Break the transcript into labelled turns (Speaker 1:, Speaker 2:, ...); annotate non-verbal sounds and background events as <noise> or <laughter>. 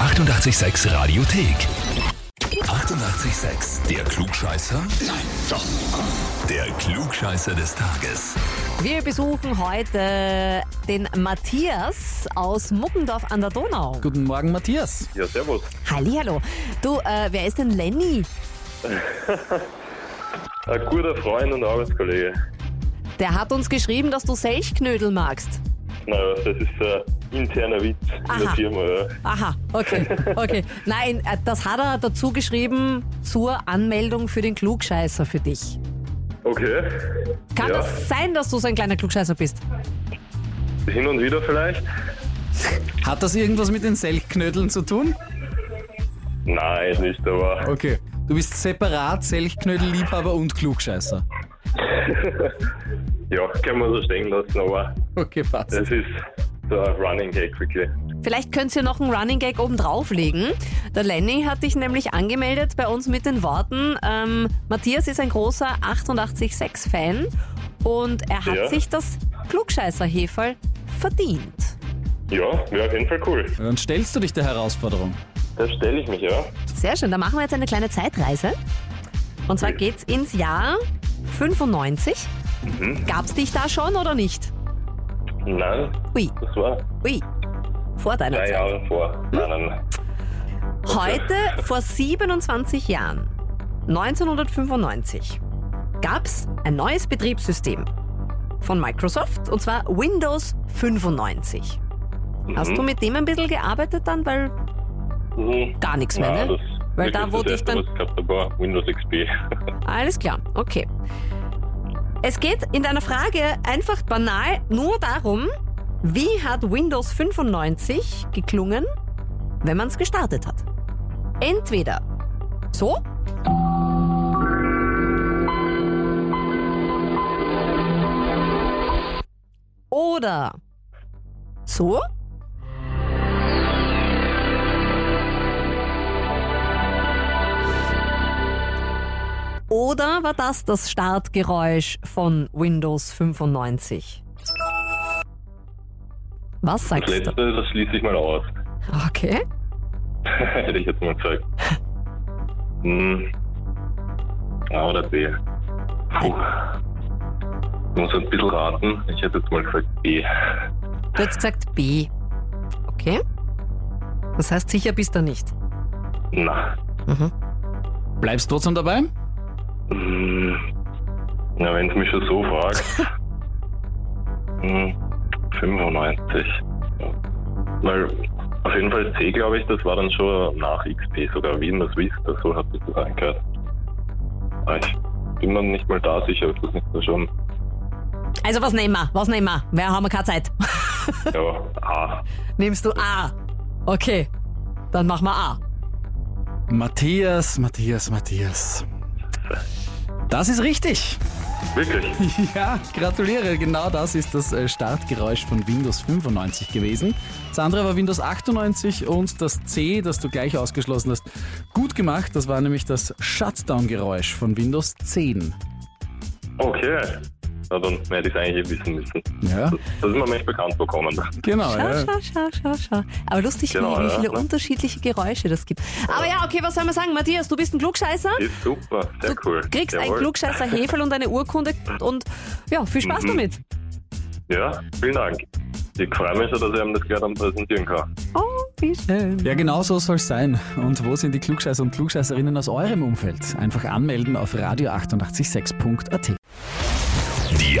Speaker 1: 886 Radiothek. 88,6. Der Klugscheißer? Nein, doch. Der Klugscheißer des Tages.
Speaker 2: Wir besuchen heute den Matthias aus Muckendorf an der Donau.
Speaker 3: Guten Morgen, Matthias.
Speaker 4: Ja, servus.
Speaker 2: Hallihallo. Du, äh, wer ist denn Lenny?
Speaker 4: Ein guter Freund und Arbeitskollege.
Speaker 2: Der hat uns geschrieben, dass du Selchknödel magst.
Speaker 4: Naja, das ist ein interner Witz in der
Speaker 2: Aha.
Speaker 4: Firma. Ja.
Speaker 2: Aha, okay, okay. Nein, äh, das hat er dazu geschrieben zur Anmeldung für den Klugscheißer für dich.
Speaker 4: Okay.
Speaker 2: Kann
Speaker 4: ja.
Speaker 2: das sein, dass du so ein kleiner Klugscheißer bist?
Speaker 4: Hin und wieder vielleicht?
Speaker 3: Hat das irgendwas mit den Selchknödeln zu tun?
Speaker 4: Nein, nicht, aber
Speaker 3: Okay. Du bist separat Selchknödel-Liebhaber und Klugscheißer.
Speaker 4: ja, kann man so stehen lassen, aber
Speaker 3: Okay, passt.
Speaker 4: das ist der Running Gag wirklich.
Speaker 2: Vielleicht könnt ihr noch einen Running Gag oben drauflegen. Der Lenny hat dich nämlich angemeldet bei uns mit den Worten, ähm, Matthias ist ein großer 886-Fan und er hat
Speaker 4: Ja.
Speaker 2: sich das Klugscheißer-Heferl verdient.
Speaker 4: Ja, wäre auf jeden Fall cool.
Speaker 3: Dann stellst du dich der Herausforderung.
Speaker 4: Da stelle ich mich, ja.
Speaker 2: Sehr schön, da machen wir jetzt eine kleine Zeitreise. Und zwar geht's ins Jahr 95. Gab's dich da schon oder nicht?
Speaker 4: Nein,
Speaker 2: Ui,
Speaker 4: das war
Speaker 2: ui, vor deiner
Speaker 4: drei
Speaker 2: Zeit.
Speaker 4: Jahre vor.
Speaker 2: Hm?
Speaker 4: Nein, nein, nein.
Speaker 2: Heute vor 27 Jahren, 1995, gab es ein neues Betriebssystem von Microsoft und zwar Windows 95. Hast du mit dem ein bisschen gearbeitet dann? Weil
Speaker 4: Mhm.
Speaker 2: gar nichts mehr,
Speaker 4: Nein,
Speaker 2: ne?
Speaker 4: das
Speaker 2: Weil da
Speaker 4: wirklich
Speaker 2: wurde
Speaker 4: das
Speaker 2: ich
Speaker 4: erste,
Speaker 2: dann-
Speaker 4: was ich gehabt habe, war Windows <laughs> XP.
Speaker 2: Alles klar, okay. Es geht in deiner Frage einfach banal nur darum, wie hat Windows 95 geklungen, wenn man es gestartet hat? Entweder so oder so oder war das das Startgeräusch von Windows 95? Was
Speaker 4: Das
Speaker 2: sagst du?
Speaker 4: letzte, das schließe ich mal aus.
Speaker 2: Okay.
Speaker 4: <laughs> Hätte ich jetzt mal gesagt. Hm. A oder B? Puh. Ich muss ein bisschen raten. Ich hätte jetzt mal gesagt B.
Speaker 2: Du hast gesagt B. Okay. Das heißt, sicher bist du nicht.
Speaker 4: Na.
Speaker 3: Bleibst trotzdem dabei?
Speaker 4: Hm. Na, wenn du mich schon so fragst. hm. 95. Ja. Weil auf jeden Fall C, glaube ich, das war dann schon nach XP, sogar Wien, das Vista, so hat sich das angehört. Aber ich bin mir nicht mal da sicher, ob das nicht so schon
Speaker 2: Also was nehmen wir? Was nehmen wir? Wir haben keine Zeit.
Speaker 4: Ja, A.
Speaker 2: <laughs> Nimmst du A. Okay. Dann machen wir A.
Speaker 3: Matthias, Matthias, Matthias. Das ist richtig.
Speaker 4: Wirklich?
Speaker 3: <laughs> Ja, gratuliere. Genau das ist das äh, Startgeräusch von Windows 95 gewesen. Das andere war Windows 98 und das C, das du gleich ausgeschlossen hast, gut gemacht. Das war nämlich das Shutdown-Geräusch von Windows 10.
Speaker 4: Okay. Na dann hätte ich es eigentlich wissen müssen.
Speaker 3: Ja,
Speaker 4: Das ist mir nicht bekannt vorkommen.
Speaker 3: genau.
Speaker 2: Schau,
Speaker 3: Ja.
Speaker 2: schau, schau, schau, schau. Aber lustig,
Speaker 4: Genau,
Speaker 2: wie, wie
Speaker 4: ja,
Speaker 2: viele
Speaker 4: ne?
Speaker 2: unterschiedliche Geräusche das gibt. Aber ja, okay, was soll man sagen? Matthias, du bist ein Klugscheißer.
Speaker 4: Ist super,
Speaker 2: Du
Speaker 4: sehr cool.
Speaker 2: kriegst ein
Speaker 4: Jawohl.
Speaker 2: Klugscheißer Hefel und eine Urkunde und ja, viel Spaß
Speaker 4: Mhm.
Speaker 2: damit.
Speaker 4: Ja, vielen Dank. Ich freue mich schon, dass ich ihm das gleich dann präsentieren kann.
Speaker 2: Oh, wie schön.
Speaker 3: Ja, genau so soll es sein. Und wo sind die Klugscheißer und Klugscheißerinnen aus eurem Umfeld? Einfach anmelden auf radio886.at.
Speaker 1: Die